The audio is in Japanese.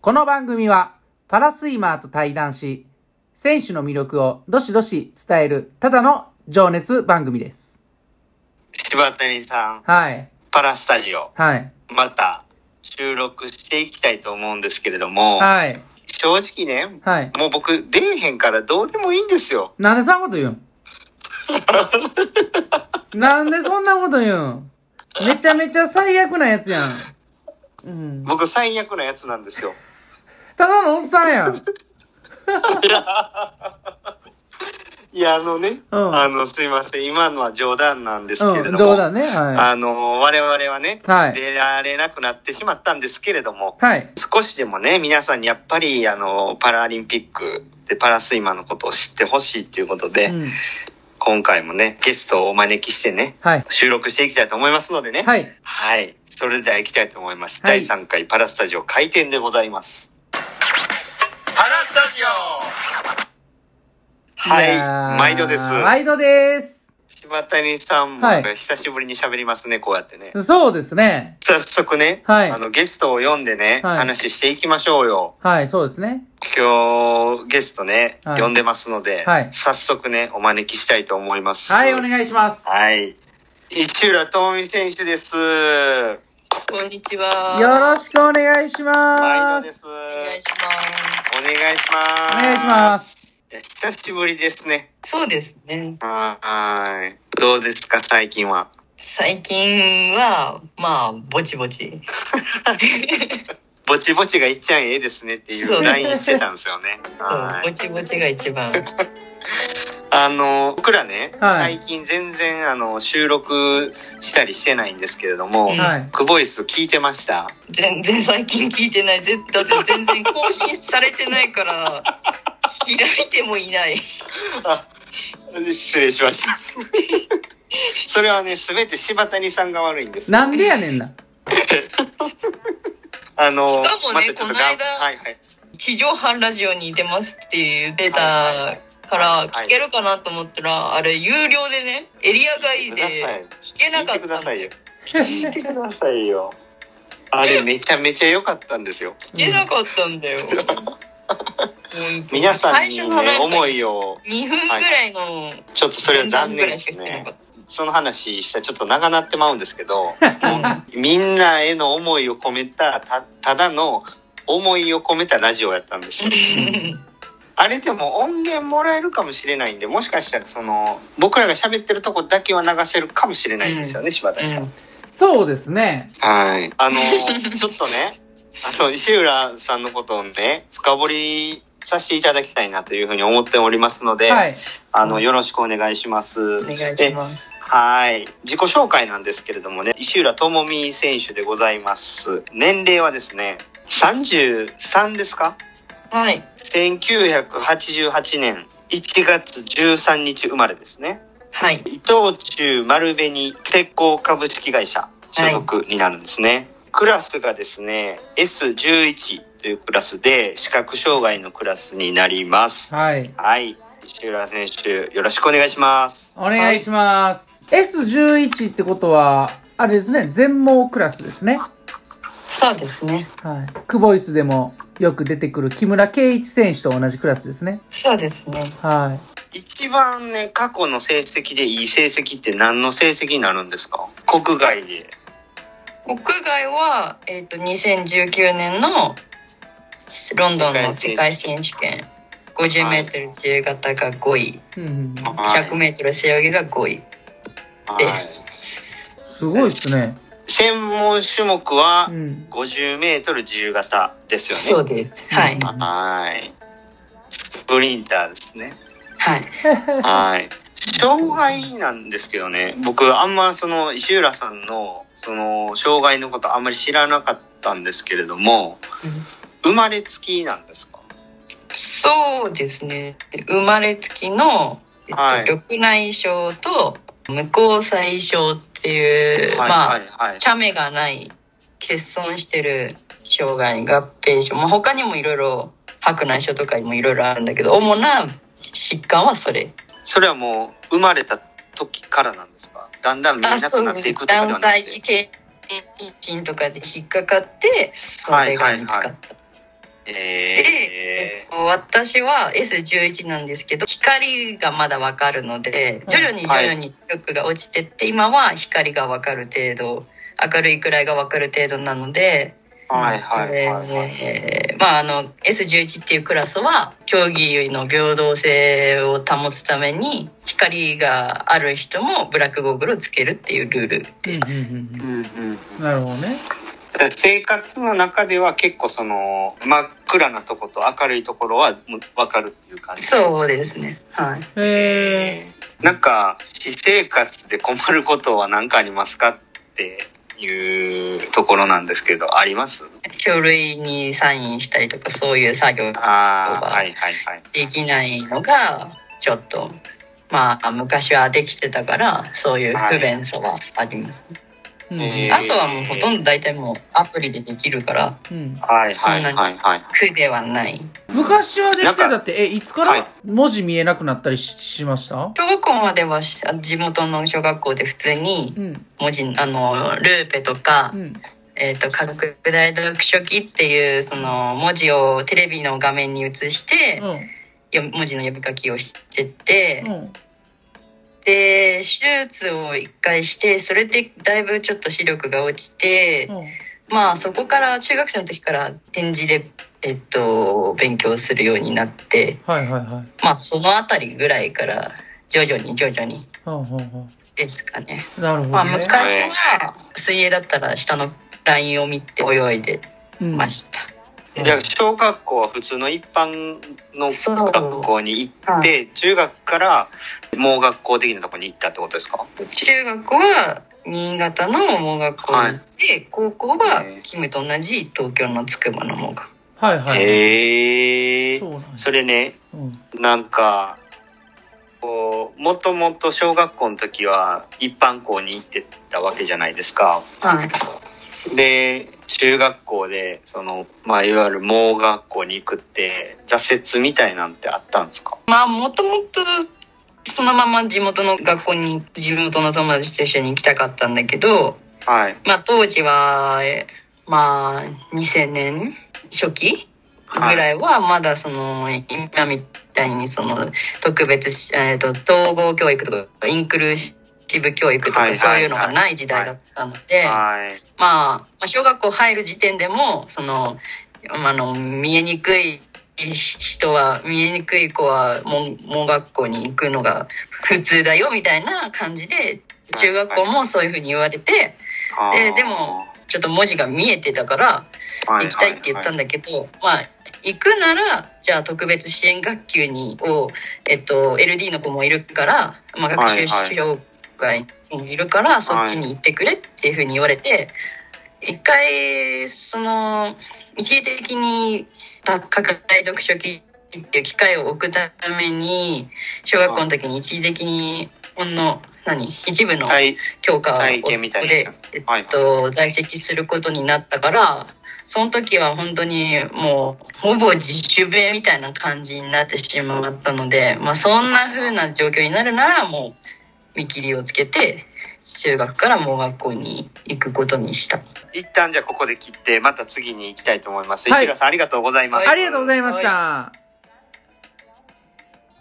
この番組は、パラスイマーと対談し、選手の魅力をどしどし伝える、ただの情熱番組です。柴谷さん、はい。パラスタジオ、はい。また収録していきたいと思うんですけれども、はい。正直ね、はい。もう僕出えへんからどうでもいいんですよ。なんでそんなこと言うんなんでそんなこと言うんめちゃめちゃ最悪なやつやん。うん。僕最悪なやつなんですよ。ただのおっさんやん。 いや、あのね、うんあの、すいません、今のは冗談なんですけれどうも、ん、冗談ね。はあの、我々はね、はい出られなくなってしまったんですけれどもい。、はい。少しでもね、皆さんにやっぱり、あの、パラリンピックでパラスイマーのことを知ってほしいということで、うん。今回もね、ゲストをお招きしてね、はい。収録していきたいと思いますのでね。。はいい。はい。それでは行きたいと思います。はい第3回パラスタジオ開店でございます。いやパラスタジオはーい、毎度です。毎度です。柴谷さんもはい久しぶりに喋りますね、こうやってね。そうですね。早速ね、はいあのゲストを読んでね、はい話していきましょうよ。はい、そうですね。今日ゲストね、はい呼んでますので、はい早速ね、お招きしたいと思います。はい、お願いします。はい。石浦智美選手です。こんにちは。よろししくお願いしま毎度ですす。。おくお願願いしいします。。ます。お願いしますす。久しぶりですね。そうですね。はーい。どうですか、最近は。最近は、まあ、ぼちぼち。ぼちぼちがいっちゃんええですねっていそううラインしてたんですよね。うんはぼい。ちぼちが一番。あの、僕らね、はい最近全然あの収録したりしてないんですけれども、うんはい。クボイス聞いてました。全然最近聞いてない。ぜだって全然更新されてないから、開いてもいない。失礼しました。 それはね、すべて柴谷さんが悪いんです。なんでやねんな。あの、しかもねまたちょっとがんこの間はいはい。地上波ラジオに出ますっていうデーはいはいはタからい聞けるかなと思ったら、あれ有料でね、エリア外聞いてくださいで聞けなか聞いてっくたださんだいよよ。。聞いてくださいよ。あれめちゃめちゃ良かったんですよ。聞けなかったんだよ。皆さんに、最初のなんね、か思いを、 2分ぐらいの、ちょっとそれは残念ぐらでいしすか聞けなねかっ。その話したらちょっと長なってまうんですけ ど、もた。うんうみんなへの思いを込めた、た、ただの思いを込めたラジオやったん ですよ。あれでも音源もらえるかもしれないんで、もしかしたらその、僕らが喋ってるとこだけは流せるかもしれないんですよね、柴谷さん。そうですね。はい。あの、ちょっとね、あの、石浦さんのことをね、深掘りさせていただきたいなというふうに思っておりますので、はい。あの、よろしくお願いします。お願いします。はい。自己紹介なんですけれどもね、石浦智美選手でございます。年齢はですね、33ですかはい。 1988年1月13日生まれですね。はい。伊藤忠丸紅鉄鋼株式会社所属になるんですね。クラスがですね、S11 というクラスで視覚障害のクラスになります。はい。はい。石浦選手、よろしくお願いします。お願いします。S11 ってことは、あれですね、全盲クラスですね。そうですね。はい。クボイスでもよく出てくる木村敬一選手と同じクラスですね。そうですね。は一番ね、過去の成績でいい成績って何の成績になるんですか国外で。国外は、えっ、と、2019年のロンドンの世界選手権。50メートル自由形が5位、い。うんうんうん。はい100メートル背泳ぎが5位ではいす。すごいですね。専門種目はうん。 50メートル自由形ですよね。そうです。はい。うんはい。スプリンターですね。はい。はい。障害なんですけどね、僕あんまその石浦さんのその障害のことあんまり知らなかったんですけれども、うん生まれつきなんですかそうですね生まれつきの、えっとはい緑内障と無虹彩症っていう、まあ、いはい。茶目がない欠損してる障害合併症、まあ、他にもいろいろ白内障とかにもいろいろあるんだけど主な疾患はそれそれはもう生まれた時からなんですかだんだん見えあなそくうなでっすていねくとかで断はな裁く児て経験とかで引っかかってそれが見つかった、で、ええっと、私は S11 なんですけど光がまだわかるので徐々に徐々に視力が落ちてって、今は光がわかる程度明るいくらいがわかる程度なので、ー、はいはいはいはい。えーまああの S11 っていうクラスは競技の平等性を保つために光がある人もブラックゴーグルをつけるっていうルールうんうんううんんうんうんなるほどね。うん、生活の中では結構その真っ暗なとこと明るいところはもう分かるっていう感じそうですねはいえなんか私生活で困ることは何かありますかっていうところなんですけどあります書類にサインしたりとかそういう作業あそうだあはいはいはいできないのがちょっとまあ昔はできてたからそういう不便さはあります、ねーうんえあとはもうほとんど大体もうアプリでできるからうんはいはいはいはい苦ではない昔はできてだって、え、いつかはいら文字見えなくなったりししました小学校まではし地元の小学校で普通にうん。文字あのルーペとかう、ん。えー、と拡大読書機っていうその文字をテレビの画面に映してうん。よ文字の呼びかけをしてて、うん。で手術を一回してそれでだいぶちょっと視力が落ちて、まあそこから中学生の時から展示で、えっと、勉強するようになってはいはいはい。まあそのあたりぐらいから徐々に徐々にうんうんうんですかね、なるほまあ、どね昔。は水泳だったら下のラインを見て泳いでうんました、じゃあ小学校は普通の一般のそう学校に行って中学から盲学校的なところに行ったってことですか中学は新潟の盲学校に行って、高校はキムと同じ東京の筑波の盲学はいはい。へえそうなんやそれねうん。なんかこうもともと小学校の時は一般校に行ってたわけじゃないですかはいで中学校でその、まあ、いわゆる盲学校に行くって挫折みたいなんてあったんですかまあもともとそのまま地元の学校に地元の友達と一緒に行きたかったんだけどはいまあ当時は、えまあ2000年初期ぐはいらいはまだその今みたいにその特別し、えー、と統合教育とかインクルーシブ教育とはいはいかそういうのがない時代だったので、はいまあ、まあ小学校入る時点でもそのあの見えにくい人は見えにくい子は盲盲学校に行くのが普通だよみたいな感じで中学校もそういうふうに言われてあーででもちょっと文字が見えてたからは行きたいって言ったんだけどまあ行くならじゃあ特別支援学級にを、えっと、LD の子もいるから、まあ、学習障害もいるから、そっちに行ってくれっていうふうに言われて一回その一時的に拡大読書機っていう機会を置くために小学校の時に一時的にほんの何一部のはい教科を体そ験みたこいなやつで、えっはいと、在籍することになったからその時は本当にもうほぼ自主弁みたいな感じになってしまったので、まあ、そんな風な状況になるならもう見切りをつけて中学から盲学校に行くことにした。一旦じゃあここで切ってまた次に行きたいと思います、はい石田さんありがとうございますありがとうございました。